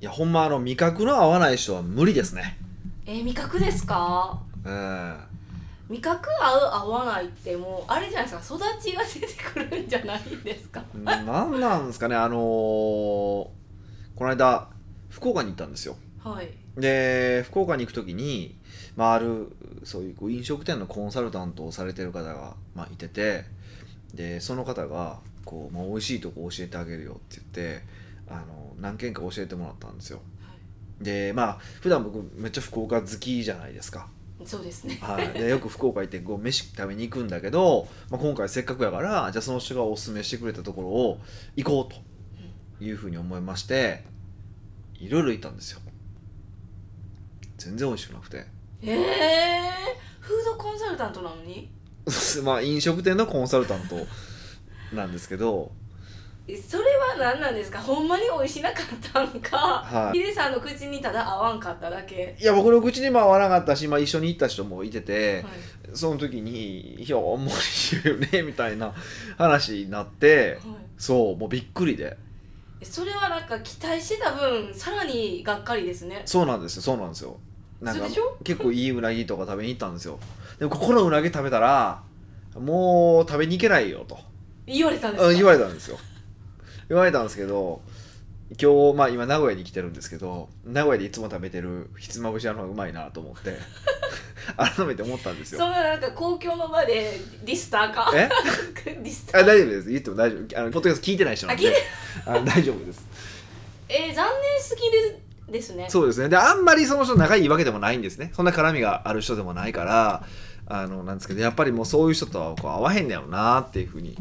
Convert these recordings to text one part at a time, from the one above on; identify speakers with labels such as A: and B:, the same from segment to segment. A: いやほんまあの味覚の合わない人は無理ですね
B: えー味覚ですか
A: うん
B: 味覚合う合わないってもうあれじゃないですか育ちが出てくるんじゃないですか
A: なんなんですかねあのーこの間福岡に行ったんですよ
B: はい
A: で福岡に行く時に、まあ、あるそういうこう飲食店のコンサルタントをされてる方が、まあ、いててでその方がこう、まあ、美味しいとこ教えてあげるよって言ってあの何軒か教えてもらったんですよでまあ普段僕めっちゃ福岡好きじゃないですか
B: そうですね
A: はい、でよく福岡行ってこう飯食べに行くんだけど、まあ、今回せっかくやからじゃあその人がおすすめしてくれたところを行こうというふうに思いましていろいろ行ったんですよ全然美味しくなくて
B: ええー、フードコンサルタントなのに
A: まあ飲食店のコンサルタントなんですけど
B: えそれは何なんですかほんまに美味しなかったんか、
A: はい
B: ヒデさんの口にただ合わんかっただけ、
A: いや僕の口にも合わなかったし、まあ、一緒に行った人もいてて、
B: はい
A: その時に「いやあんまり言うよね」みたいな話になって
B: はい
A: そうもうびっくりで
B: それはなんか期待してた分さらにがっかりですね
A: そうなんですよそうなんですよなんか
B: そうでしょ
A: 結構いいうなぎとか食べに行ったんですよでもここのうなぎ食べたらもう食べに行けないよと
B: 言われたんです
A: あ
B: か
A: 言われたんですよ言われたんですけど今日まあ今名古屋に来てるんですけど名古屋でいつも食べてるひつまぶし屋の方がうまいなと思って 改めて思ったんです
B: そん
A: よ
B: ななんか公共の場でディスターか
A: え
B: ディスタ
A: あ
B: ー
A: 大丈夫です言っても大丈夫あのポッドキャスト聞いてない人なん
B: あ聞
A: で
B: いて
A: あ大丈夫です
B: えー残念すぎるですね
A: そうですねであんまりその人仲いいわけでもないんですねそんな絡みがある人でもないからあのなんですけどやっぱりもうそういう人とはこう合わへんねやろなっていうふうに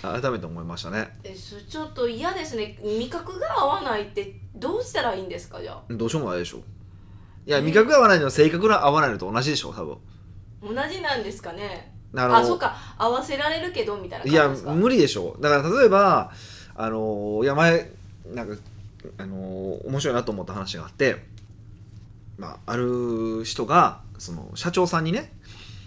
A: 改めて思いましたね
B: えそちょっと嫌ですね味覚が合わないってどうしたらいいんですかじゃあ
A: どうしようもないでしょいや味覚が合わないのは性格が合わないのと同じでしょ多分
B: 同じなんですかね
A: あ
B: あそうか合わせられるけどみたいない
A: や
B: 感じですか
A: 無理でしょだから例えばあのいや前なんかあの面白いなと思った話があって、まあ、ある人がその社長さんにね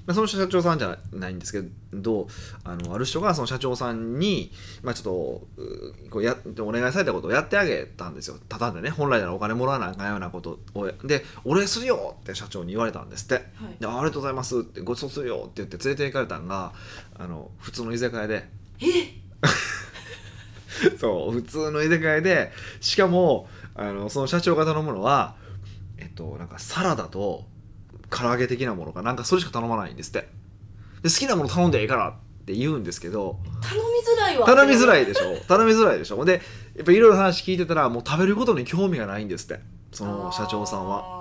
A: まあその社長さんじゃないんですけどあのある人がその社長さんに、まあ、ちょっとうこうやお願いされたことをやってあげたんですよ畳んでね本来ならお金もらわなあかんようなことをで「お礼するよ!」って社長に言われたんですって。
B: はい
A: であありがとうございますってごちそうするよって言って連れて行かれたんがあの普通の居酒屋で
B: え
A: そう普通の居酒屋でしかもあのその社長が頼むのはえっとなんかサラダと唐揚げ的なものかなんかそれしか頼まないんですってで好きなもの頼んでいいからって言うんですけど
B: 頼みづらいわ
A: 頼みづらいで
B: で
A: しょ頼みづらいでしょでやっぱいろいろ話聞いてたらもう食べることに興味がないんですってその社長さんは。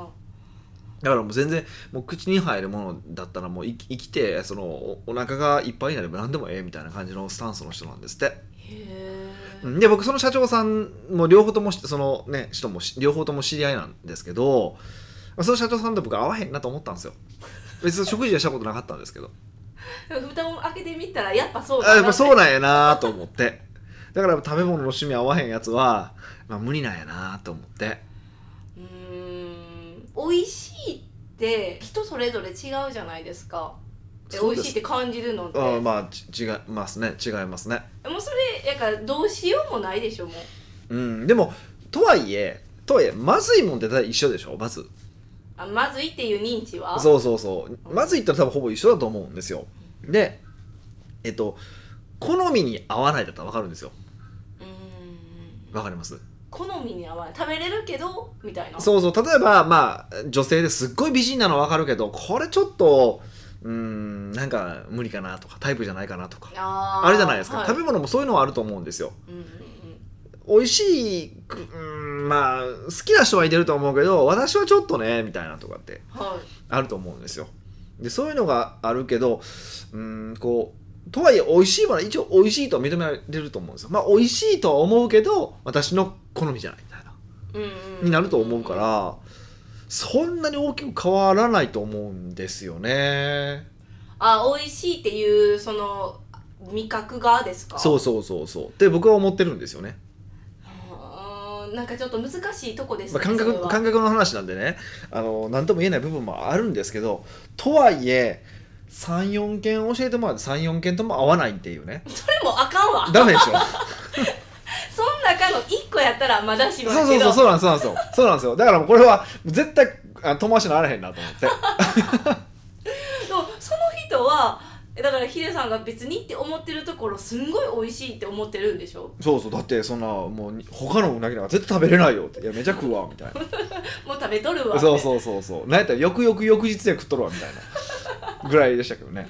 A: だからもう全然もう口に入るものだったらもうい生きてそのおお腹がいっぱいになれば何でもええみたいな感じのスタンスの人なんですって
B: へえ
A: うんで僕その社長さんも両方ともしそのね人もし両方とも知り合いなんですけどまあその社長さんと僕合わへんなと思ったんですよ別に食事はしたことなかったんですけど
B: 蓋を開けてみたらやっぱそうだ
A: あやっぱ
B: う
A: そうなんやなと思ってだから食べ物の趣味合わへんやつは、まあ、無理なんやなと思って
B: うーん美味しいって人それぞれ違うじゃないですかえ
A: そう
B: 美
A: です
B: 味しいって感じるのって
A: あまあち違いますね違いますね
B: もうそれやからどうしようもないでしょもう
A: うん、でもとはいえとはいえまずいもんって大体一緒でしょまず
B: あまずいっていう認知は
A: そうそうそうまずいったら多分ほぼ一緒だと思うんですよでえっと好みに合わないだったら分かるんですよ
B: うーん
A: 分かります
B: 好みに合わない食べれるけどみたいな
A: そうそう例えばまあ女性ですっごい美人なの分かるけどこれちょっとうんなんか無理かなとかタイプじゃないかなとか
B: あー
A: あれじゃないですか、
B: はい
A: 食べ物もそういうのはあると思うんですよ
B: うんうんうん
A: 美味しいくうんまあ好きな人はいてると思うけど私はちょっとねみたいなとかって
B: はい
A: あると思うんですよ。でそういうのがあるけどうーんこうとはいえ美味しいものは一応美味しいとは認められると思うんですよ。まあ美味しいとは思うけど私の好みじゃないみたいな
B: うんうん
A: になると思うからそんなに大きく変わらないと思うんですよね。
B: あ美味しいっていうその味覚がですか
A: そうそうそうそうって僕は思ってるんですよね。
B: うーんなんかちょっと難しいとこです
A: まあ、
B: ね、
A: 感
B: それ
A: 覚
B: は
A: 感覚の話なんでねあの何とも言えない部分もあるんですけどとはいえ34件教えてもらって34件とも合わないっていうね
B: それもあかんわ
A: ダメでしょ
B: その中の1個ややったらまだしも
A: そう
B: や
A: そ
B: け
A: うそう
B: ど
A: そうなんですそうなんですよそうなんですよだからもうこれは絶対あ友達にならへんなと思って
B: でもその人はえだからヒデさんが別にって思ってるところすんごい美味しいって思ってるんでしょ
A: そうそうだってそんなもうに他のうなぎなんか絶対食べれないよっていやめちゃ食うわみたい
B: もう食べとるわ
A: なそうそうそうそうなんやったら翌々翌日で食っとるわみたいなぐらいでしたけどね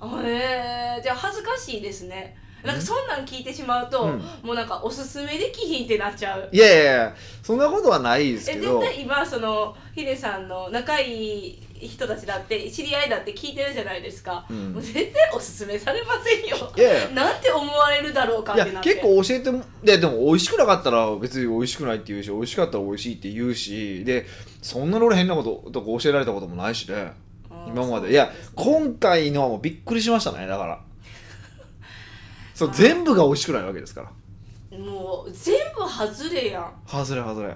B: あえーじゃあ恥ずかしいですねなんか
A: ん
B: そんなん聞いてしまうと、
A: うん
B: もうなんかおすすめできひんってなっちゃう
A: いやいやいやそんなことはないです
B: え
A: け
B: 絶
A: ど
B: 対今そのヒデさんの仲いい人たちだって知り合いだって聞いてるじゃないですか、
A: うん
B: もう絶対おすすめされませんよ
A: いやいや
B: なんて思われるだろうかっ
A: いや
B: てなって
A: 結構教えてもででも美味しくなかったら別に美味しくないって言うし美味しかったら美味しいって言うしでそんなに俺変なこととか教えられたこともないしね
B: うん
A: 今ま
B: そう
A: でいや
B: すね
A: 今回のはもうびっくりしましたねだからそ
B: あ
A: う
B: ー
A: 全部が美味しくないわけですから
B: もう全部外れやん
A: 外れ外れ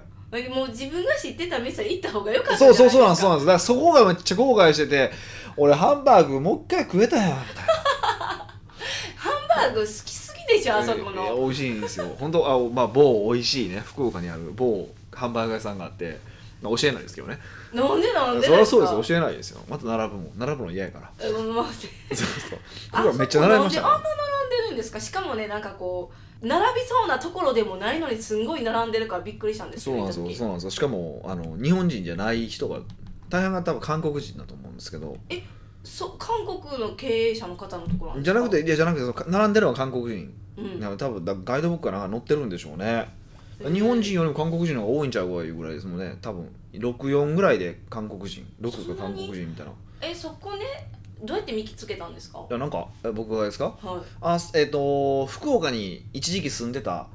B: もう自分が知ってた店行った方が良かったじ
A: そう
B: ゃないです
A: そうそ
B: か
A: うなんですそうなんですだからそこがめっちゃ後悔してて俺ハンバーグもう一回食えたやんみたいな
B: ハンバーグ好きすぎでしょあそこ
A: いや
B: の
A: 美味しいんですよ本当あまあ某美味しいね福岡にある某ハンバーグ屋さんがあって、まあ、教えないですけどね
B: なんでなんで
A: そりゃそうです
B: か
A: よ教えないですよまた並ぶもん並ぶの嫌やから
B: えもう待って
A: そうそう
B: あ
A: 僕はめっちゃ並びまし
B: そこ
A: た
B: なんであんな並んでるんですかしかもねなんかこう並びそうなところでもないのにすんごい並んでるからびっくりしたんです
A: そうなんですよ
B: 見た時
A: そうなんですよしかもあの日本人じゃない人が大半が多分韓国人だと思うんですけど
B: そう韓国の経営者の方のところんで
A: じ
B: す
A: ゃ
B: か
A: なくていやじゃなくてそのか並んでるのは韓国人
B: うん
A: なんか多分だガイドブックかなんか載ってるんでしょうね日本人よりも韓国人の方が多いんちゃうかいうぐらいですもんね多分64ぐらいで韓国人6が韓国人みたいない
B: えそこねどうやって見つけたんですかは
A: やなんかえ僕がですか
B: いは
A: あえっ、と福岡に一時期住んでた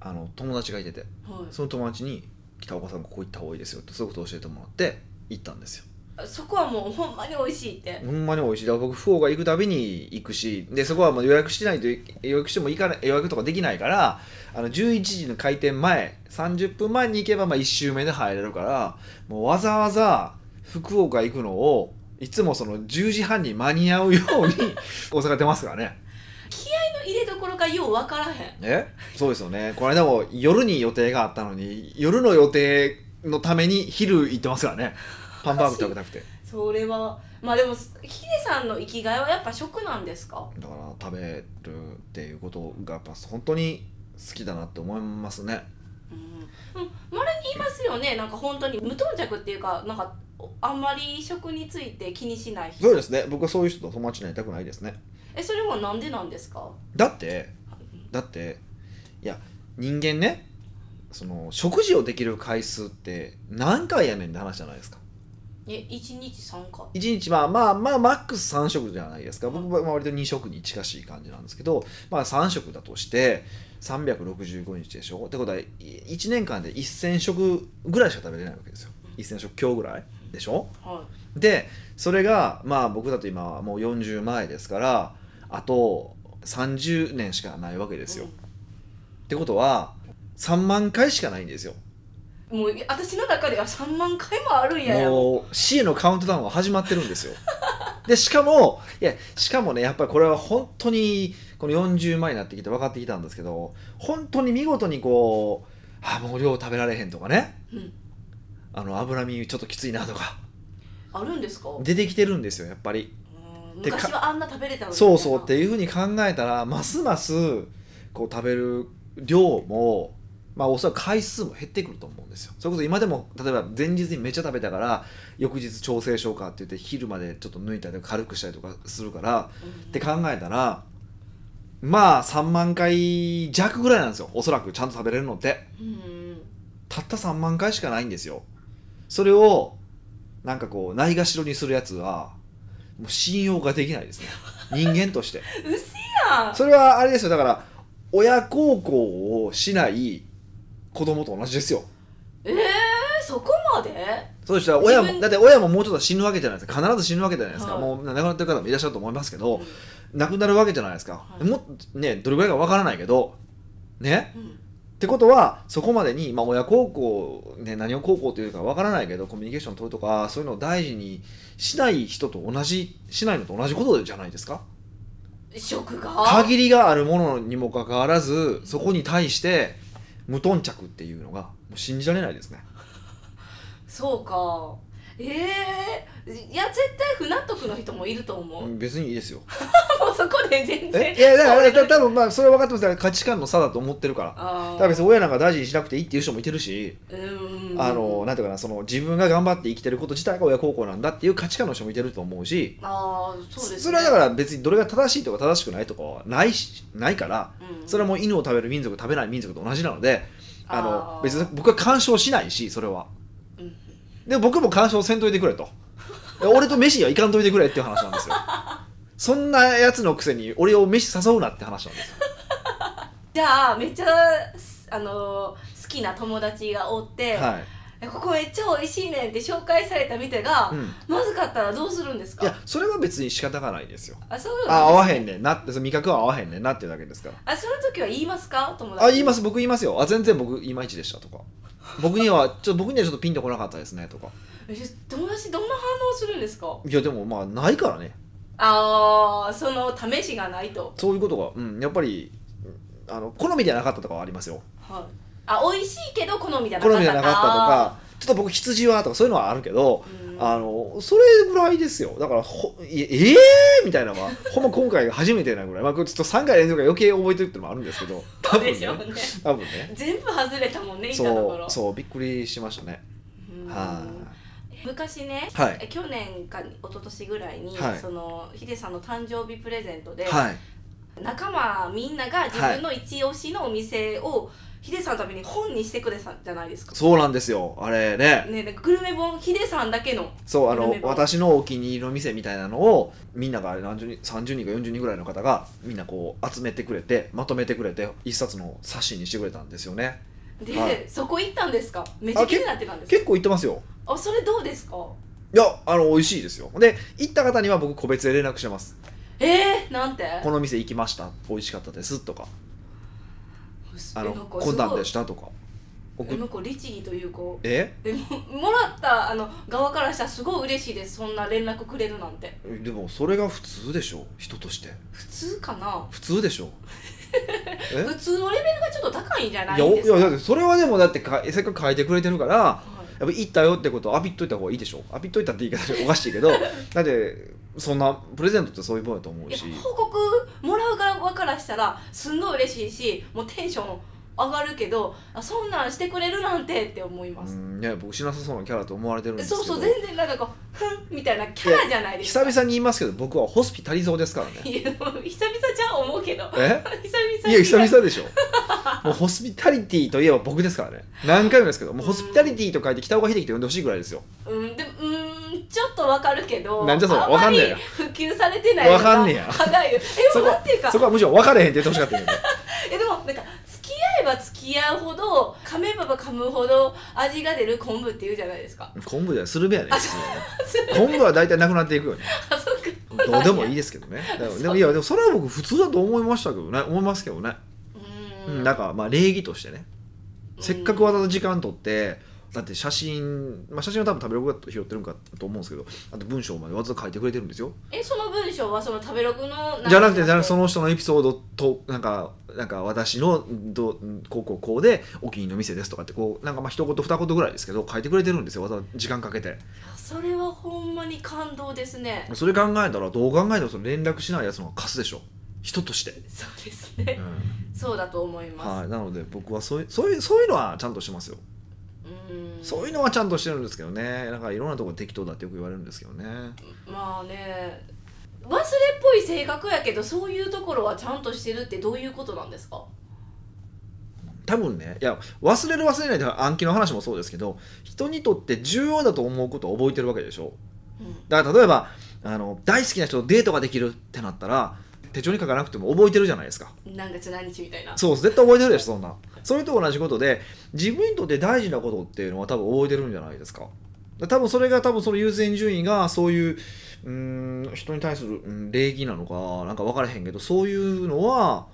A: あの友達がいてて
B: い
A: その友達に「北岡さんここ行った方がいいですよ」ってそういうことを教えてもらって行ったんですよ
B: そこはもうほんまに美味しいって
A: ほんまに美味しいだから僕福岡行くたびに行くしでそこはもう予約してないとい予約しても行かない予約とかできないからあの11時の開店前30分前に行けばまあ1周目で入れるからもうわざわざ福岡行くのをいつもその10時半に間に合うように大阪出ますからね
B: 入れどころがよう分からへん
A: えそうですよねこの間も夜に予定があったのに夜の予定のために昼行ってますからねハンバーグ食べたくて
B: それはまあでもヒデさんの生きがいはやっぱ食なんですか
A: だから食べるっていうことがやっぱ本当に好きだなって思いますね
B: うん、うんまれに言いますよねなんか本当に無頓着っていうかなんかおあんまり食について気にしない人
A: そうですね僕はそういう人と友達になりたくないですね
B: えそれはなんでなんですか
A: だってだっていや人間ねその食事をできる回数って何回やねんって話じゃないですか
B: え一日三回
A: 1日まあまあまあマックス3食じゃないですか僕はまあ割と2食に近しい感じなんですけどまあ3食だとして365日でしょってことは1年間で1000食ぐらいしか食べれないわけですよ1000食強ぐらいでしょ
B: は
A: でそれがまあ僕だと今もう40前ですからあと30年しかないわけ
B: い
A: ですよ、ってことは3万回しかないんですよ
B: うんもう私の中では三万回もあるんややもう
A: もう C のカウントダウンは始まってるん ですよでしかもいやしかもねやっぱりこれは本当にこの40前になってきて分かってきたんですけど本当に見事にこうあもう量食べられへんとかね
B: うん、
A: あの脂身ちょっときついなとか
B: あるんですか
A: 出てきてるんですよやっぱり
B: うん
A: でか
B: 昔はあんな食べれたのに
A: そうそうっ
B: みたい
A: ていうふうに考えたらますますこう食べる量もまあおそらく回数も減ってくると思うんですよそれこそ今でも例えば前日にめっちゃ食べたから翌日調整しようかって言って昼までちょっと抜いたりとか軽くしたりとかするから
B: なうん
A: って考えたらまあ3万回弱ぐらいなんですよおそらくちゃんと食べれるのって
B: うん
A: たった3万回しかないんですよそれをなんかこうないがしろにするやつはもう信用ができないですね人間として
B: うせやん
A: それはあれですよだから親孝行をしない子供と同じですよ
B: えー、そこまで
A: そうしたら親
B: 自
A: も
B: 分
A: だって親ももうちょっと死ぬわけじゃないですか必ず死ぬわけじゃないですか、
B: はい
A: もう亡くなってる方もいらっしゃると思いますけど
B: うん
A: 亡くなるわけじゃないですか、
B: はい
A: もうねどれぐらいかわからないけどね
B: うん
A: ってことはそこまでに、まあ、親孝行、ね、何を孝行というかわからないけどコミュニケーション取るとかそういうのを大事にしない人と同じしないのと同じことじゃないですか
B: 食が
A: 限りがあるものにもかかわらずそこに対して無頓着っていうのがもう信じられないですね
B: そうかええいや絶対不納得の人もいると思う、 も
A: 別にいいですよ
B: うそこで全
A: え
B: 然
A: いやだか
B: そ
A: らた
B: う
A: 多分まあそれは分かってますだから価値観の差だと思ってるから
B: あ
A: だ
B: ー
A: から別に親なんか大事にしなくていいっていう人もいてるし、
B: うん
A: あのなんていうかなその自分が頑張って生きてること自体が親孝行なんだっていう価値観の人もいてると思うし
B: あーそうです、ね、
A: れはだから別にどれが正しいとか正しくないとかはないしないから
B: うん
A: それはもう犬を食べる民族食べない民族と同じなのであの
B: あー
A: 別に僕は干渉しないしそれは
B: うん
A: で僕も干渉せんといてくれ とで俺と飯はいかんといてくれっていう話なんですよそんなやつのくせに俺を飯誘うなって話なんですよ
B: じゃあめっちゃあの好きな友達がおって、
A: はい、
B: えここめっちゃ美味しいねんって紹介された店が、
A: うん、
B: まずかったらどうするんです
A: いや
B: か
A: それは別に仕方がないですよ
B: あそういうの
A: あ合わへんねんなってその味覚は合わへんねんなっていうだけですから
B: あその時は言いますか友達
A: あ言いますす僕言いますよあ全然僕いまいちでしたとか僕にはちょっと僕にはちょっとピンとこなかったですねとか
B: 友達どんな反応するんですか
A: いやでもまあないからね
B: ああその試しがないと、
A: そういうことがうんやっぱりうんあの好みじゃなかったとかはありますよ
B: はい、あ美味しいけど好みじゃな
A: 好
B: かった
A: みじゃなかったとかちょっと僕羊はとかそういうのはあるけど
B: うん
A: あのそれぐらいですよだからほいええー、みたいなのはほんま今回が初めてなぐらい、まあ、これちょっと3回連続が余計覚えてるってのもあるんですけど多
B: そう
A: 分
B: で
A: ね
B: しょうね
A: 多分ね
B: 全部外れたもんねいたとこ
A: そ
B: ろ
A: うそうびっくりしましたね
B: うん
A: はい
B: 昔ね、
A: はい
B: え去年か一昨年ぐらいに、
A: はい
B: そのヒデさんの誕生日プレゼントで、
A: はい
B: 仲間みんなが自分の一押しのお店を、ヒデさんのために本にしてくれたじゃないですか。
A: そうなんですよあれね
B: ね、なんかグルメ本ヒデさんだけの
A: そうあ
B: グ
A: の
B: ルメ本
A: 私のお気に入りの店みたいなのをみんなが何十人30人か40人ぐらいの方がみんなこう集めてくれてまとめてくれて一冊の冊子にしてくれたんですよね
B: で、
A: はい
B: そこ行ったんですかめっちゃ気になってたんです
A: 結構行ってますよ
B: あそれどうですか
A: いやあの美味しいですよで行った方には僕個別で連絡してます
B: えー、なんて
A: この店行きました美味しかったですとかあの
B: えなんか
A: こんなんで
B: し
A: したとか送
B: え
A: っ
B: なんか律儀というか
A: え
B: えももらったあの側からしたらすごい嬉しいですそんな連絡くれるなんて
A: でもそれが普通でしょ人として
B: 普通かな
A: 普通でしょえ
B: 普通のレベルがちょっと高いんじゃない
A: いや
B: ん
A: お
B: です
A: い
B: か
A: やだってそれはでもだってかせっかく書いてくれてるからや
B: はい
A: っぱ行ったよってことをアピっといた方がいいでしょアピっといたって言い方でおかしい けどだってそんなプレゼントってそういうもんやと思う
B: いや
A: し
B: 報告もらう側からしたらすんごい嬉しいしもうテンション上がるけどあそんなんしてくれるなんてって思います、
A: うんいや僕しなさそうなキャラと思われてるんですけ
B: そ
A: ど
B: うそう全然なんかこうふんみたいなキャラじゃないです
A: 久
B: か
A: 々に言いますけど僕はホスピタリゾーです からね
B: いやもう久々じゃん思うけど
A: え
B: 久
A: い
B: 々
A: や久々でしょもうホスピタリティといえば僕ですからね何回もですけどもうホスピタリティと書いて北岡秀樹と呼んでほしいぐらいですよ
B: うんでうーんちょっとわかるけど
A: なんじゃそれ
B: あまり
A: わかんねえよ
B: 普及されてないのが
A: わかんねえや
B: 歯 がゆいえ
A: そこ
B: でもなんていうか
A: そこはむしろ分かれへんって言ってほしかったけど
B: えでもなんか付き合えば付き合うほど噛めば噛むほど味が出る昆布って言うじゃないですか
A: 昆布じゃスルメやね
B: あ
A: 普通はね昆布は大体なくなっていくよね
B: あそっか
A: どうでもいいですけどね。でもでもいやでもそれは僕普通だと思いましたけどね思いますけどね。
B: う
A: うんん、なんかまあ礼儀としてね。せっかくわざわざ時間取ってだって写真、まあ、写真は多分食べログが拾ってるんかと思うんですけどあと文章までわざわざ書いてくれてるんですよ
B: えその文章はその食べログの
A: じゃなくてじゃなくてそ
B: の
A: の人のエピソードとなんかなんか私のどこうこうこうでお気に入りの店ですとかってこうなんかまあ一言二言ぐらいですけど書いてくれてるんですよわざわざ時間かけて
B: それはほんまに感動ですね
A: それ考えたらどう考えてもその連絡しないやつの方がカスでしょ人として、
B: そうですね
A: うん
B: そうだと思いま
A: はい、なので僕はそういうそういうそういうのはちゃんとしてますよ、
B: すうん
A: そういうのはちゃんとしてるんですけどねなんかいろんなところ適当だってよく言われるんですけどね
B: まあね忘れっぽい性格やけどそういうところはちゃんとしてるってどういうことなんですか
A: 多分ねいや忘れる忘れないって暗記の話もそうですけど人にとって重要だと思うことを覚えてるわけでしょ
B: うん
A: だから例えばあの大好きな人とデートができるってなったら手帳に書かなくても覚えてるじゃないですか
B: 何月何日みたいな
A: そう絶対覚えてるでしょそんなそれと同じことで自分にとって大事なことっていうのは多分覚えてるんじゃないですか多分それが多分その優先順位がそういううーん人に対するうん礼儀なのかなんか分からへんけどそういうのは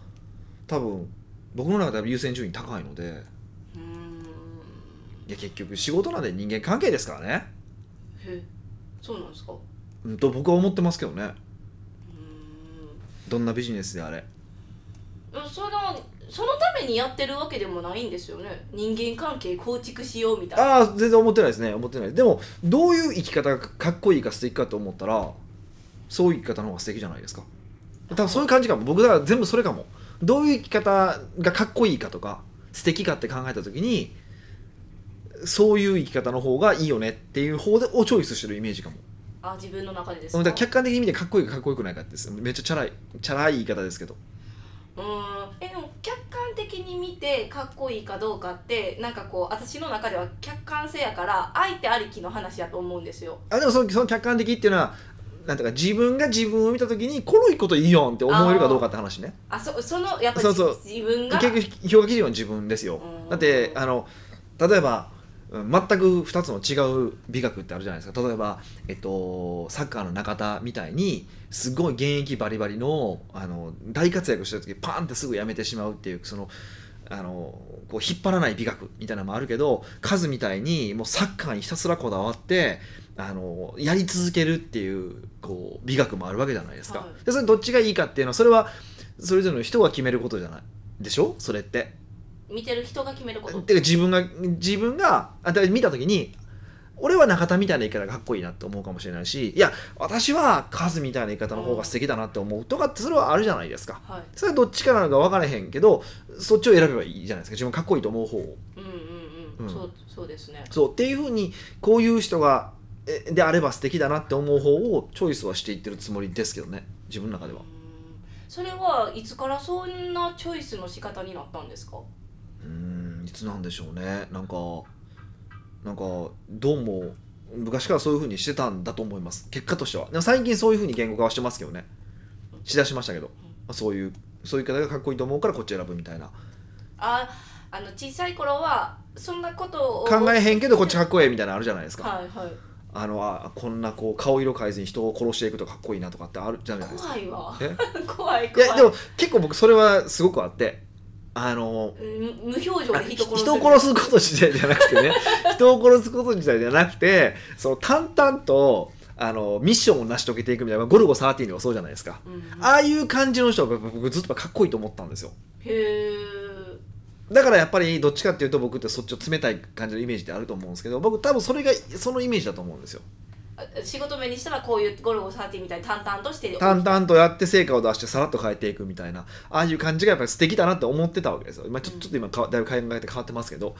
A: 多分僕の中では優先順位高いので
B: うーん
A: いや結局仕事なんで人間関係ですからね
B: えそうなんですかう
A: うんと僕は思ってますけどね
B: ーん
A: どんなビジネスであれ
B: そのそのためにやってるわけでもないんですよね人間関係構築しようみたい
A: あ
B: な
A: あ全然思ってないですね思ってないでもどういう生き方がかっこいいか素敵かと思ったらそういう生き方の方が素敵じゃないですか多分そういう感じかも僕だから全部それかもどういう生き方がかっこいいかとか素敵かって考えた時にそういう生き方の方がいいよねっていう方でをチョイスしてるイメージかも
B: あ自分の中でです
A: だ
B: か
A: から客観的に見てかっこいいかかっこよくないかってですめっちゃチャラいチャラい言い方ですけど
B: うーんえでも客観的に見てかっこいいかどうかってなんかこう私の中では客観性やから相手ありきの話やと思うんですよ
A: あでもそのその客観的っていうのはなんていうか自分が自分を見た時にこのいいこといいよんって思えるかどうかって話ね
B: あそそのやっぱり
A: そうそう
B: 自分が
A: 結局評価基準は自分ですよ
B: うん
A: だってあの例えばうん全く2つの違う美学ってあるじゃないですか例えば、えっと、サッカーの中田みたいにすごい現役バリバリのあの大活躍してる時パーンってすぐ辞めてしまうっていうそのあのこう引っ張らない美学みたいなのもあるけどカズみたいにもうサッカーにひたすらこだわってあのやり続けるっていうこう美学もあるわけじゃないですか、
B: は
A: でそれどっちがいいかっていうのはそれはそれぞれの人が決めることじゃないでしょそれって。
B: 見てる人が決めること
A: てか自分が自分があだから見た時に俺は中田みたいな言い方がかっこいいなって思うかもしれないしいや私はカズみたいな言い方の方が素敵だなって思うとかってそれはあるじゃないですか
B: はい
A: それはどっちかなのか分からへんけどそっちを選べばいいじゃないですか自分かっこいいと思う方を
B: うんうんうん、
A: うん
B: そうそうですね
A: そうっていうふうにこういう人がえであれば素敵だなって思う方をチョイスはしていってるつもりですけどね自分の中では
B: うーんそれはいつからそんなチョイスの仕方になったんですか
A: うーんいつなんでしょうねなんかなんかどうも昔からそういうふうにしてたんだと思います結果としてはでも最近そういうふうに言語化はしてますけどねしだしましたけどそういうそういう言い方がかっこいいと思うからこっち選ぶみたいな
B: ああの小さい頃はそんなことを
A: 考えへんけどこっちかっこええみたいなのあるじゃないですか
B: はいはい
A: あのあこんなこう顔色変えずに人を殺していくとかかっこいいなとかってあるじゃないですか
B: 怖いわ
A: え
B: 怖い
A: い
B: 怖い
A: やでも結構僕それはすごくあってあの
B: うん無表情で人殺す
A: 人を殺すこと自体じゃなくて ね人を殺すこと自体じゃなくてその淡々とあのミッションを成し遂げていくみたいなゴルゴ13でもそうじゃないですか
B: うんうん
A: ああいう感じの人は僕僕ずっとかっこいいと思ったんですよ
B: へえ
A: だからやっぱりどっちかっていうと僕ってそっちを冷たい感じのイメージってあると思うんですけど僕多分それがそのイメージだと思うんですよ
B: 仕事目にしたらこういうゴルゴ13みたいに淡々として
A: 淡々とやって成果を出してさらっと変えていくみたいなああいう感じがやっぱり素敵だなって思ってたわけですよ今ちょちょっと今かだいぶ考えて変わってますけど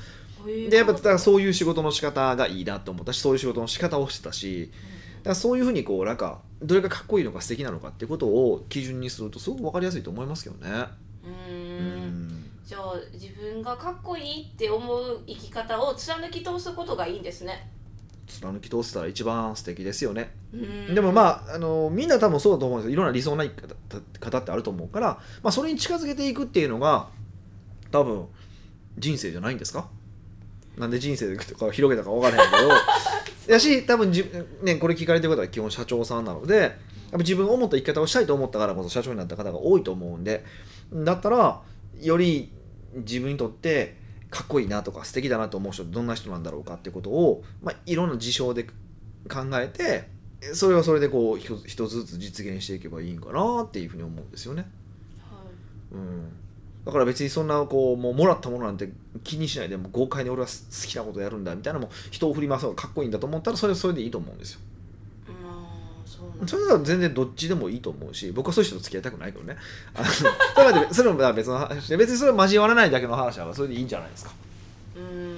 B: へえ
A: でやっぱだからそういう仕事の仕方がいいなと思ったしそういう仕事の仕方をしてたしだからそういうふうにこうなんかどれがかっこいいのか素敵なのかっていうことを基準にするとすごく分かりやすいと思いますけどね。
B: う
A: う
B: ーんじゃあ自分がかっこいいって思う生き方を貫き通すことがいいんですね
A: 貫き通せたら一番素敵ですよね、
B: うん
A: でもまああのみんな多分そうだと思うんですよいろんな理想な生き方方ってあると思うから、まあ、それに近づけていくっていうのが多分人生じゃないんですかなんで人生とかを広げたか分からへんけ どやし多分じ、ね、これ聞かれてる方は基本社長さんなのでやっぱ自分を思った生き方をしたいと思ったからこそ社長になった方が多いと思うんでだったらより自分にとってかっこいいなとか素敵だなと思う人ってどんな人なんだろうかっていうことを、まあ、いろんな事象で考えてそれはそれでこう一つ一つずつ実現していけばいいんかなっていうふうに思うんですよね。
B: はい
A: うんだから別にそんなこうもうもらったものなんて気にしないでもう豪快に俺は好きなことやるんだみたいなのも人を振り回すのがかっこいいんだと思ったらそれはそれでいいと思うんですよ
B: あーそうなんだ
A: それなら全然どっちでもいいと思うし僕はそういう人と付き合いたくないけどねあの だからでそれもまあ別の話で別にそれは交わらないだけの話だからそれでいいんじゃないですか、
B: うーん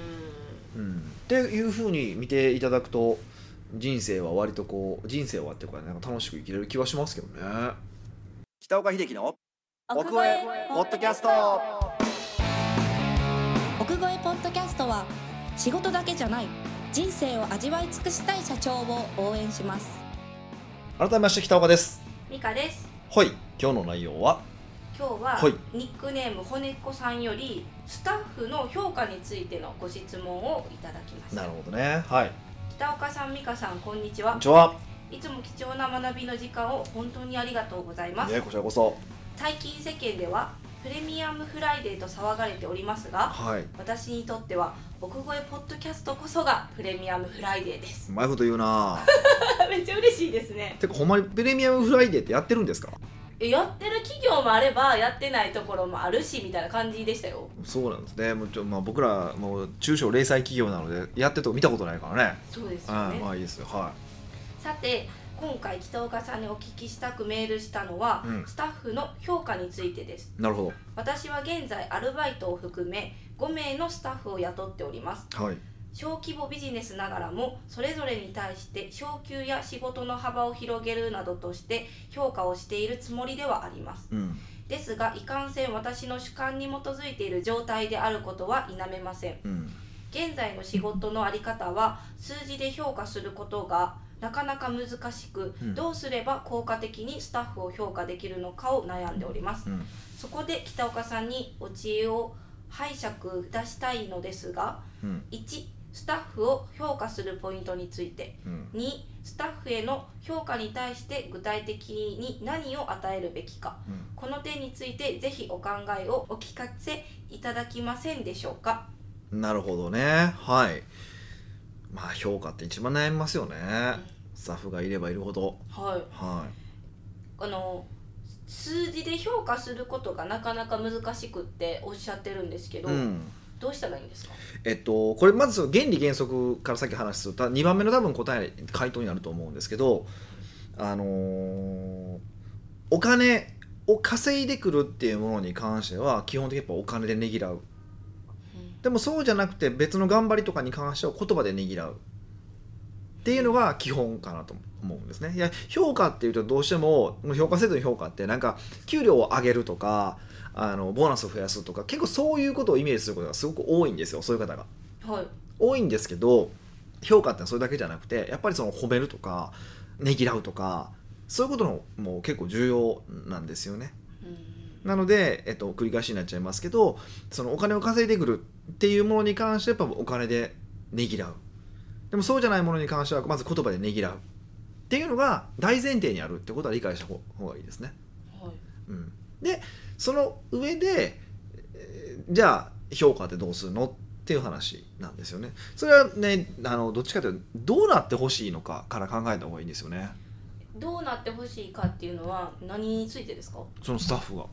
A: うん、っていうふうに見ていただくと人生は割とこう人生はっていうかなんか楽しく生きれる気はしますけどね北岡秀樹の奥越えポッドキャスト
C: 奥越えポッドキャストは仕事だけじゃない人生を味わい尽くしたい社長を応援します
A: 改めまして北岡です
B: ミカです
A: はい今日の内容は
B: 今日は
A: はい
B: ニックネーム骨っこさんよりスタッフの評価についてのご質問をいただきまし
A: なる
B: た
A: ほどねはい
B: 北岡さん美香さんこんにち
A: こん
B: は
A: にちはい
B: つも貴重な学びの時間を本当にありがとうございま
A: い
B: す
A: やこちらこそ
B: 最近世間ではプレミアムフライデーと騒がれておりますが
A: はい
B: 私にとっては奥越えポッドキャストこそがプレミアムフライデーです
A: うまいこと言うな
B: めっちゃ嬉しいですね
A: てかほんまにプレミアムフライデーってやってるんですか
B: ええやってる企業もあればやってないところもあるしみたいな感じでしたよ
A: そうなんですねもうちょ、まあ、僕らもう中小零細企業なのでやってるとこ見たことないからね
B: そうですよ
A: は
B: ね
A: いまあいいですよは
B: さて今回北岡さんにお聞きしたくメールしたのは、
A: うん
B: スタッフの評価についてです
A: いなるほ
B: 私は現在アルバイトを含め5名のスタッフを雇っております
A: どはい
B: 小規模ビジネスながらもそれぞれに対して昇給や仕事の幅を広げるなどとして評価をしているつもりではあります
A: うん
B: ですがいかんせん私の主観に基づいている状態であることは否めません
A: うん
B: 現在の仕事のあり方は数字で評価することがなかなか難しく、
A: うん
B: どうすれば効果的にスタッフを評価できるのかを悩んでおります
A: うん
B: そこで北岡さんにお知恵を拝借出したいのですが
A: うん
B: 1スタッフを評価するポイントについて
A: うん
B: 2スタッフへの評価に対して具体的に何を与えるべきか
A: うん
B: この点についてぜひお考えをお聞かせいただきませんでしょうか、
A: なるほどねはいまあ評価って一番悩みますよねスタッフがいればいるほど
B: はい
A: は
B: あの数字で評価することがなかなか難しくっておっしゃってるんですけ
A: い
B: ど、
A: うん
B: どうしたらいいんですか
A: えっと、これまずその原理原則からさっき話すると2番目の多分答え回答になると思うんですけど、あのーお金を稼いでくるっていうものに関しては基本的にやっぱお金でねぎらうでもそうじゃなくて別の頑張りとかに関しては言葉でねぎらうっていうのが基本かなと思うんですね。いや評価っていうとどうしてももう評価制度の評価ってなんか給料を上げるとかあのボーナスを増やすとか結構そういうことをイメージすることがすごく多いんですよそういう方が。
B: はい
A: 多いんですけど評価ってそれだけじゃなくてやっぱりその褒めるとかねぎらうとかそういうことのもう結構重要なんですよね。
B: うん
A: なので、えっと、繰り返しになっちゃいますけどそのお金を稼いでくるっていうものに関してやっぱお金でねぎらうでもそうじゃないものに関してはまず言葉でねぎらうっていうのが大前提にあるってことは理解した方方がいいですね。
B: はい
A: うん、でその上で、えーじゃあ評価ってどうするのっていう話なんですよね。それはねあのどっちかというとどうなってほしいのかから考えた方がいいんですよね
B: どうなってほしいかっていうのは何についてですか
A: そのスタッフが。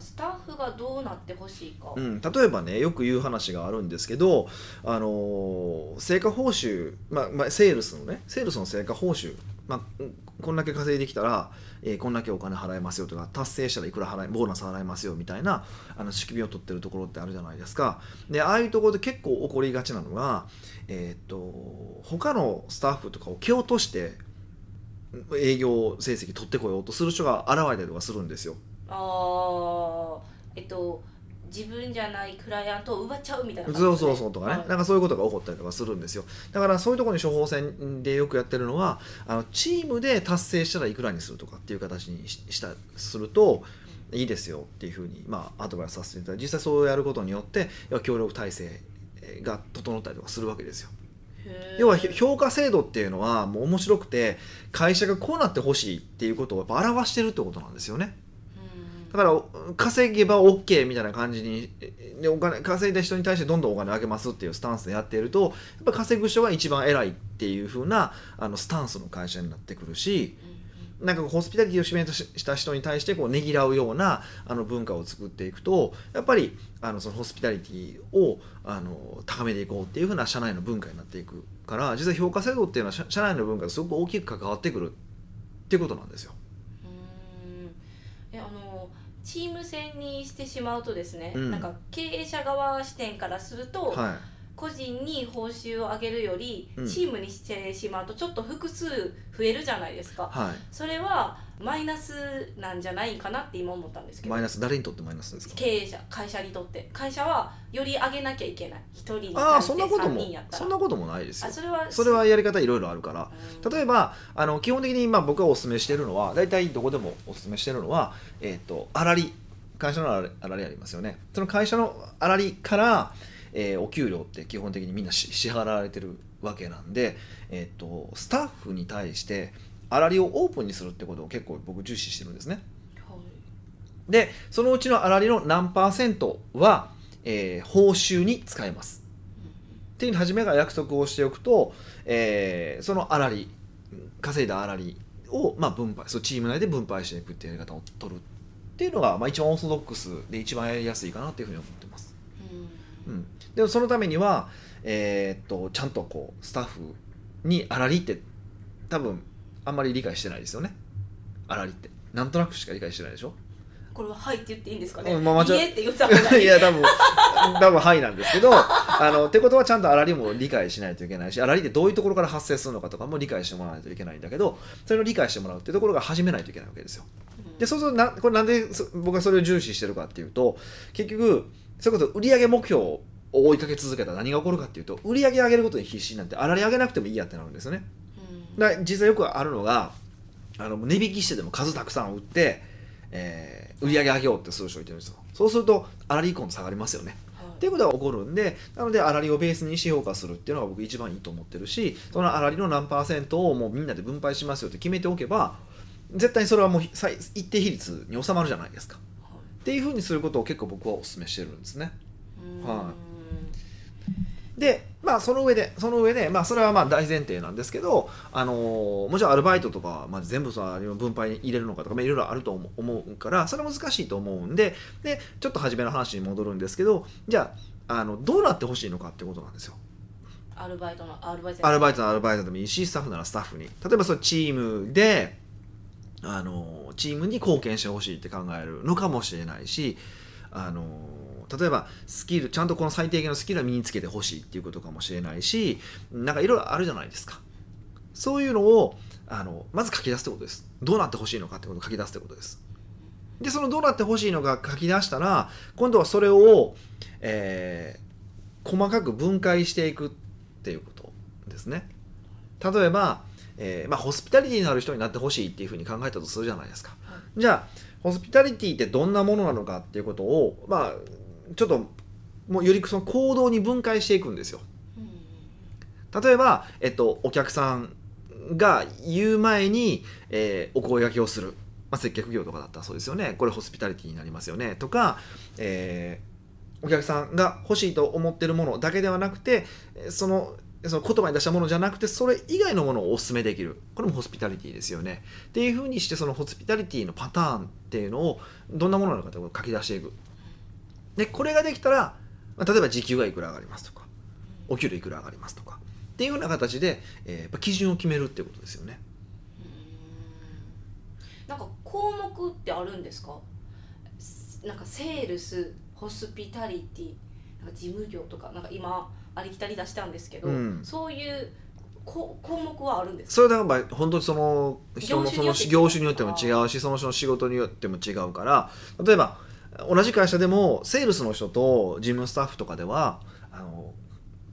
B: スタッフがどうなってほしいか、
A: うん、例えばねよく言う話があるんですけど、あのー成果報酬、まあまあ、セールスのねセールスの成果報酬、まあ、うんこんだけ稼いできたら、えーこんだけお金払いますよとか達成したらいくら払いボーナス払いますよみたいなあの仕組みを取ってるところってあるじゃないですかでああいうところで結構起こりがちなのが、えーっと他のスタッフとかを蹴落として営業成績取ってこようとする人が現れたりとかするんですよ。
B: ああえっと自分じゃないクライアントを奪っちゃうみたいな
A: そうそうそうとかね、
B: はい
A: なんかそういうことが起こったりとかするんですよだからそういうところに処方箋でよくやってるのはあのチームで達成したらいくらにするとかっていう形にししたするといいですよっていうふうに、まあ、アドバイスさせていただいて実際そうやることによって要は協力体制が整ったりとかするわけですよ
B: へー
A: 要はひ評価制度っていうのはもう面白くて会社がこうなってほしいっていうことをやっぱ表してるってことなんですよね
B: うん
A: だからお稼げば OK みたいな感じにでお金稼いだ人に対してどんどんお金あげますっていうスタンスでやっているとやっぱ稼ぐ人が一番偉いっていう風なあのスタンスの会社になってくるし
B: うん
A: なんかこうホスピタリティを示した人に対してこうねぎらうようなあの文化を作っていくとやっぱりあのそのホスピタリティをあの高めていこうっていう風な社内の文化になっていくから実は評価制度っていうのは社社内の文化とすごく大きく関わってくるっていうことなんですよ。
B: うんうんえあのチーム戦にしてしまうとですね、
A: うん
B: なんか経営者側視点からすると、
A: はい
B: 個人に報酬を上げるより、
A: うん
B: チームにしてしまうとちょっと複数増えるじゃないですか
A: は
B: それはマイナスなんじゃないかなって今思ったんです
A: い、
B: けど
A: マイナス誰にとってマイナスですか
B: 経営者会社にとって会社はより上げなきゃいけない一人に
A: ああー
B: 対
A: そ
B: し
A: ん
B: て
A: なこと
B: 3
A: も
B: 人やったら
A: そんなこともないですよ
B: あそれは
A: それはやり方いろいろあるから例
B: え
A: えばあの基本的に今僕がお勧めしてるのは大体どこでもお勧めしてるのはえっ、とあらり会社のあらりあらりありますよねその会社のあらりから、えーお給料って基本的にみんなし支払われてるわけなんで、えっとスタッフに対してあらりをオープンにするってことを結構僕重視してるんですねでそのうちのあらりの何パーセントは、えー報酬に使いますっていうのを初めから約束をしておくと、えーそのあらり稼いだあらりを、まあ、分配そうチーム内で分配していくっていうやり方を取るっていうのが、まあ、一番オーソドックスで一番やりやすいかなっていうふうに思ってます。う
B: うん
A: ん、でもそのためには、えーっとちゃんとこうスタッフにあらりって多分あんまり理解してないですよねあらりってなんとなくしか理解してないでしょ
B: これは「はい」って言っていいんですかね「
A: うんまあ間違
B: いいえ」って言った方がい い
A: いや多分多分はいなんですけどあのってことはちゃんとあらりも理解しないといけないしあらりってどういうところから発生するのかとかも理解してもらわないといけないんだけどそれを理解してもらうっていうところが始めないといけないわけですよ。でそうするとなこれなんでそ僕はそれを重視してるかっていうと結局それこそ売上目標を追いかけ続けたら何が起こるかっていうと売上上げることに必死になってあらり上げなくてもいいやってなるんですよね。
B: うん
A: だから実際よくあるのがあの値引きしてでも数たくさん売って、えー売り上げ上げようってする人いてるんですよそうすると粗利以降も下がりますよね
B: はい
A: っていうことが起こるんでなので粗利をベースに指標化するっていうのが僕一番いいと思ってるしその粗利の何パーセントをもうみんなで分配しますよって決めておけば絶対にそれはもうひ最一定比率に収まるじゃないですか
B: は
A: っていうふうにすることを結構僕はお勧めしてるんですね
B: いうん
A: はでまあその上でその上でまあそれはまあ大前提なんですけどあのーもちろんアルバイトとかは、まあ、全部そのあれの分配に入れるのかとか、まあ、いろいろあると思う思うからそれは難しいと思うんででちょっと初めの話に戻るんですけどじゃああのどうなってほしいのかってことなんですよ。
B: アルバイトのアルバイトじゃ
A: ア
B: ない
A: ルバイトならアルバイトでもいいしスタッフならスタッフに例えばそのチームであのチームに貢献してほしいって考えるのかもしれないしあの例えばスキルちゃんとこの最低限のスキルは身につけてほしいっていうことかもしれないしなんかいろいろあるじゃないですかそういうのをあのまず書き出すってことですどうなってほしいのかってことを書き出すってことですでそのどうなってほしいのか書き出したら今度はそれを、えー細かく分解していくっていうことですね例えば、えーまあ、ホスピタリティのある人になってほしいっていうふうに考えたとするじゃないですか、
B: は
A: じゃあホスピタリティってどんなものなのかっていうことをまあちょっともうよりその行動に分解していくんですよ
B: うん
A: 例えば、えっと、お客さんが言う前に、えーお声掛けをする、まあ、接客業とかだったらそうですよねこれホスピタリティになりますよねとか、えーお客さんが欲しいと思ってるものだけではなくてえーそのその言葉に出したものじゃなくてそれ以外のものをお勧めできるこれもホスピタリティですよねっていうふうにしてそのホスピタリティのパターンっていうのをどんなものなのかってことを書き出していくでこれができたら、まあ、例えば時給がいくら上がりますとかお給料いくら上がりますとかっていうような形で、えーやっぱ基準を決めるってことですよね。
B: うんなんか項目ってあるんですかすなんかセールスホスピタリティなんか事務業とかなんか今ありきたり出したんですけど、
A: うん
B: そういうこ項目はあるんですか
A: それはまあ本当にその人の
B: 業種
A: そ
B: に
A: の
B: よって
A: 業種によっても違うしその人の仕事によっても違うから例えば同じ会社でもセールスの人と事務スタッフとかではあの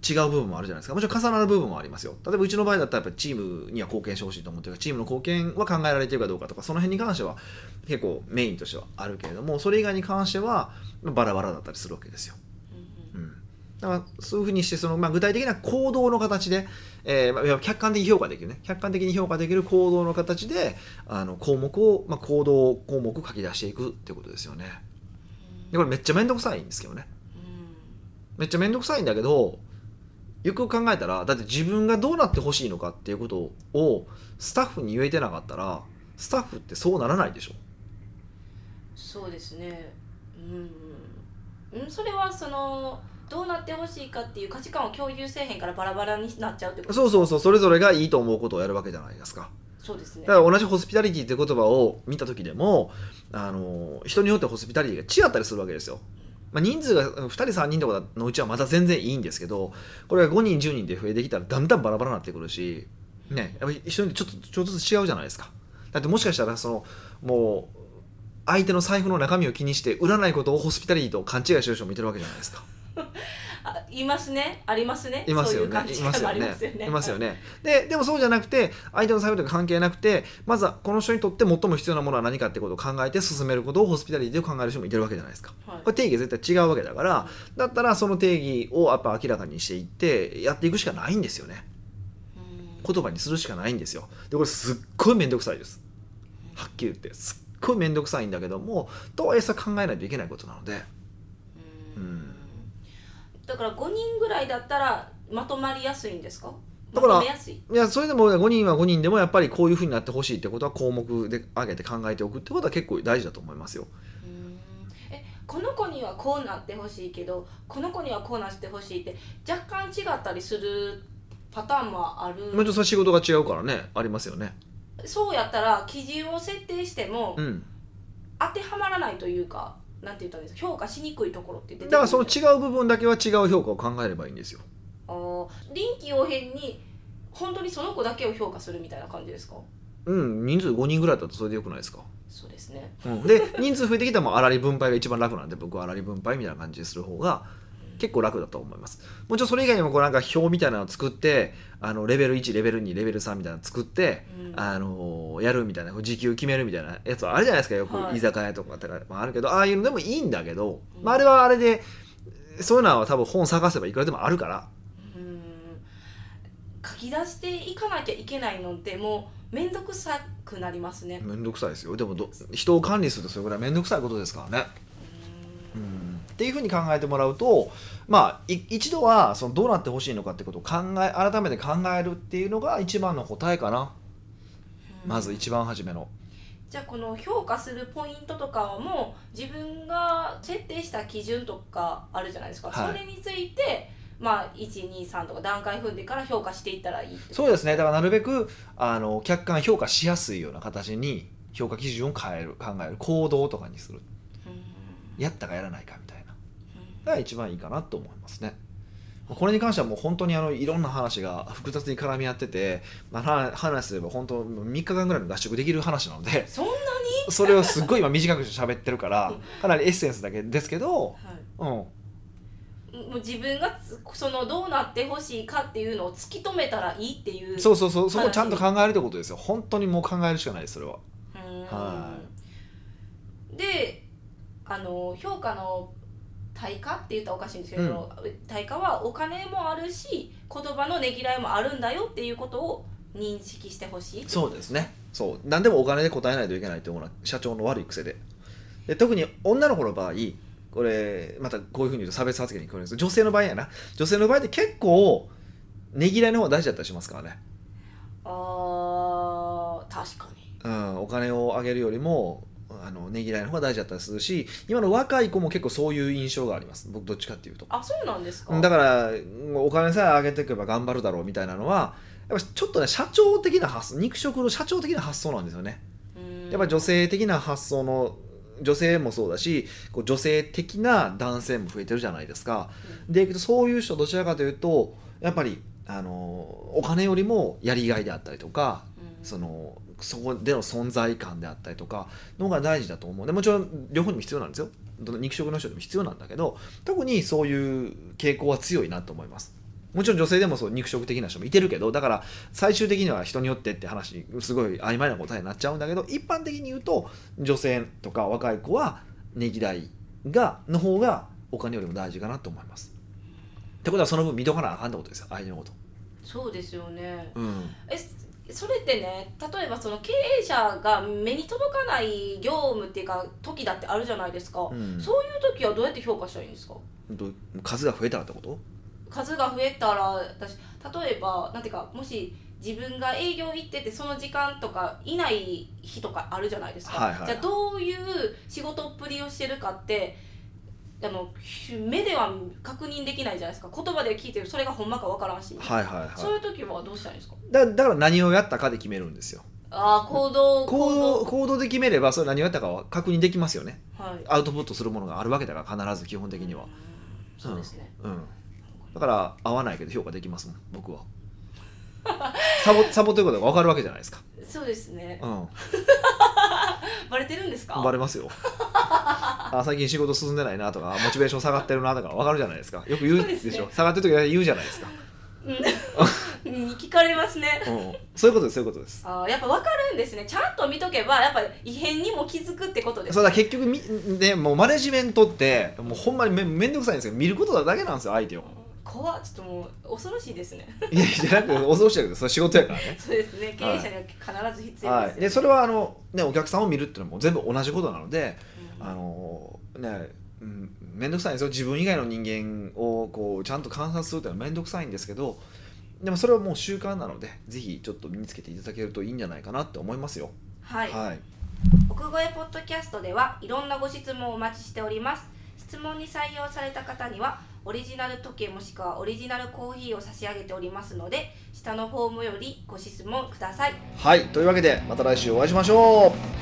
A: 違う部分もあるじゃないですかもちろん重なる部分もありますよ例えばうちの場合だったらやっぱりチームには貢献してほしいと思ってるからチームの貢献は考えられてるかどうかとかその辺に関しては結構メインとしてはあるけれどもそれ以外に関してはまあバラバラだったりするわけですよ。
B: うん
A: うんだからそういうふうにしてその、まあ、具体的な行動の形で、えーまあいわゆる客観的に評価できるね客観的に評価できる行動の形であの項目を、まあ、行動項目を書き出していくってことですよね
B: うん
A: でこれめっちゃ面倒くさいんですけどね
B: うん
A: めっちゃ面倒くさいんだけどよく考えたらだって自分がどうなってほしいのかっていうことをスタッフに言えてなかったらスタッフってそうならないでしょ
B: そうですねうんうんそれはそのどうなってほしいかっていう価値観を共有せえへんからバラバラになっちゃうってこと
A: そうそうそうそれぞれがいいと思うことをやるわけじゃないですか
B: そうですね
A: だから同じホスピタリティって言葉を見た時でもあの人によってホスピタリティが違ったりするわけですよ。まあ、人数が2人3人とかのうちはまだ全然いいんですけどこれが5人10人で増えてきたらだんだんバラバラになってくるし、ね、やっぱり人によってちょっとちょっとずつ違うじゃないですか。だってもしかしたらそのもう相手の財布の中身を気にして売らないことをホスピタリティと勘違いしてる人もいてるわけじゃないですか。
B: あいますねありますね
A: いますよね。
B: そういう感じもありますよね
A: いますよね。で、でもそうじゃなくて、相手の財布とか関係なくて、まずはこの人にとって最も必要なものは何かってことを考えて進めることをホスピタリティを考える人もいてるわけじゃないですか。
B: はい
A: これ定義絶対違うわけだから、だったらその定義をやっぱ明らかにしていって、やっていくしかないんですよね。
B: うん
A: 言葉にするしかないんですよ。で、これすっごい面倒くさいです。はっきり言って、すっごい面倒くさいんだけども、とはいえそれは考えないといけないことなので。う
B: う
A: ん
B: んだから5人ぐらいだったらまとまりやすいんですか
A: だから
B: まとめやすい
A: いやそれでも5人は5人でもやっぱりこういうふうになってほしいってことは項目で挙げて考えておくってことは結構大事だと思いますよ。
B: うーんえこの子にはこうなってほしいけどこの子にはこうなってほしいって若干違ったりするパターンもあ
A: もちろん
B: る
A: それ仕事が違うからねありますよね。
B: そうやったら基準を設定しても
A: うん、
B: 当てはまらないというかなんて言ったらいいですか評価しにくいところって出てくる
A: だからその違う部分だけは違う評価を考えればいいんですよ。
B: あー臨機応変に本当にその子だけを評価するみたいな感じですか
A: うん、人数5人ぐらいだったらそれでよくないですか。
B: そうですね
A: うん、で人数増えてきたらもう粗利分配が一番楽なんで僕は粗利分配みたいな感じにする方が結構楽だと思いますもちろんそれ以外にもこうなんか表みたいなのを作ってあのレベル1レベル2レベル3みたいなの作って、
B: うん
A: あのやるみたいな時給決めるみたいなやつはあるじゃないですかよ
B: は
A: く
B: い
A: 居酒屋とかとかもあるけど、ああいうのでもいいんだけど、
B: うん
A: まあ、あれはあれでそういうのは多分本探せばいくらでもあるから
B: うーん書き出していかなきゃいけないのってもう面倒くさくなりますね
A: 面倒くさいですよでもど人を管理するとそれぐらい面倒くさいことですからね。
B: う
A: う
B: ーん
A: んっていうふうに考えてもらうと、まあ、い一度はそのどうなってほしいのかってことを考え改めて考えるっていうのが一番の答えかな、まず一番初めの。
B: じゃあこの評価するポイントとかはもう自分が設定した基準とかあるじゃないですか、
A: はい
B: それについてまあ123とか段階踏んでから評価していったらいいって
A: そうですねだからなるべくあの客観評価しやすいような形に評価基準を変える考える行動とかにする
B: うん
A: やったかやらないかみたいな
B: うん
A: が一番いいかなと思いますね。これに関してはもう本当にあのいろんな話が複雑に絡み合ってて、まあ、は話すれば本当3日間ぐらいの合宿できる話なので
B: そんなに、
A: それをすっごい今短くして喋ってるからかなりエッセンスだけですけど、うん、
B: もう自分がつそのどうなってほしいかっていうのを突き止めたらいいっていう
A: そうそうそうそこをちゃんと考えるってことですよ本当にもう考えるしかないですそれは
B: うん
A: は
B: であの評価の対価って言ったらおかしいんですけど、対価はお金もあるし言葉のねぎらいもあるんだよっていうことを認識してほしい
A: そうですねそう何でもお金で答えないといけないっていうのは社長の悪い癖でで特に女の子の場合これまたこういうふうに言うと差別発言に聞こえるんですけど女性の場合やな女性の場合って結構ねぎらいの方が大事だったりしますからね、
B: あー確かに
A: うん、お金をあげるよりもあのねぎらいの方が大事だったりするし今の若い子も結構そういう印象があります僕どっちかっていうと
B: あそうなんですか
A: だからお金さえ上げていけば頑張るだろうみたいなのはやっぱちょっとね社長的な発想肉食の社長的な発想なんですよね、
B: うん
A: やっぱ女性的な発想の女性もそうだしこう女性的な男性も増えてるじゃないですかでそういう人どちらかというとやっぱりあのお金よりもやりがいであったりとか
B: うん
A: そのそこでの存在感であったりとかの方が大事だと思うでもちろん両方にも必要なんですよどの肉食の人でも必要なんだけど特にそういう傾向は強いなと思いますもちろん女性でもそう肉食的な人もいてるけどだから最終的には人によってって話すごい曖昧な答えになっちゃうんだけど一般的に言うと女性とか若い子はねぎらいがの方がお金よりも大事かなと思いますってことはその分見とかなあかんってことですよ相手のこと、
B: そうですよね
A: うん、
B: えそれってね例えばその経営者が目に届かない業務っていうか時だってあるじゃないですか、
A: うん
B: そういう時はどうやって評価したらいいんですか
A: ど数が増えたらってこと
B: 数が増えたら私例えばなんていうかもし自分が営業行っててその時間とかいない日とかあるじゃないですか、
A: はいはい
B: じゃあどういう仕事っぷりをしてるかってあの目では確認できないじゃないですか言葉では聞いてるそれがほんまかわからんし、
A: はいはいはい
B: そういう時はどうしたらいいんですか
A: だだから何をやったかで決めるんですよ
B: ああ行動
A: 行動行動で決めればそれ何をやったかは確認できますよね
B: はい
A: アウトプットするものがあるわけだから必ず基本的には
B: うんそうですね、
A: うんだから合わないけど評価できますもん僕はサボサボということが分かるわけじゃないです か、
B: そうですね
A: う
B: バレてるんですか
A: ん、バレますよあ最近仕事進んでないなとかモチベーション下がってるなとか分かるじゃないですかよく言うでし
B: そうです
A: ょ、
B: ね
A: 下がってる時は言うじゃないですか、
B: うん 聞かれますね
A: うん、 そういうことですそういうことです
B: あーやっぱ分かるんですねちゃんと見とけばやっぱ異変にも気づくってことです
A: そうだ結局み、ね、もうマネジメントってもうほんまにめめんどくさいんですけど見ることだけなんですよ相手を
B: 怖っちょっともう恐ろしいですね
A: いやじゃなく恐ろしいけどそれ仕事やからね。
B: そうですね経営者には必ず必要
A: は
B: ですよ、
A: い、でそれはあの、ね、お客さんを見るっていうのも全部同じことなので
B: うん
A: あの、ねうん、めんどくさいんですよ自分以外の人間をこうちゃんと観察するっていうのはめんどくさいんですけどでもそれはもう習慣なのでぜひちょっと身につけていただけるといいんじゃないかなって思いますよ
B: はい、
A: はい
B: 奥越えポッドキャストではいろんなご質問をお待ちしております質問に採用された方にはオリジナル時計もしくはオリジナルコーヒーを差し上げておりますので下のフォームよりご質問ください
A: はい、というわけでまた来週お会いしましょう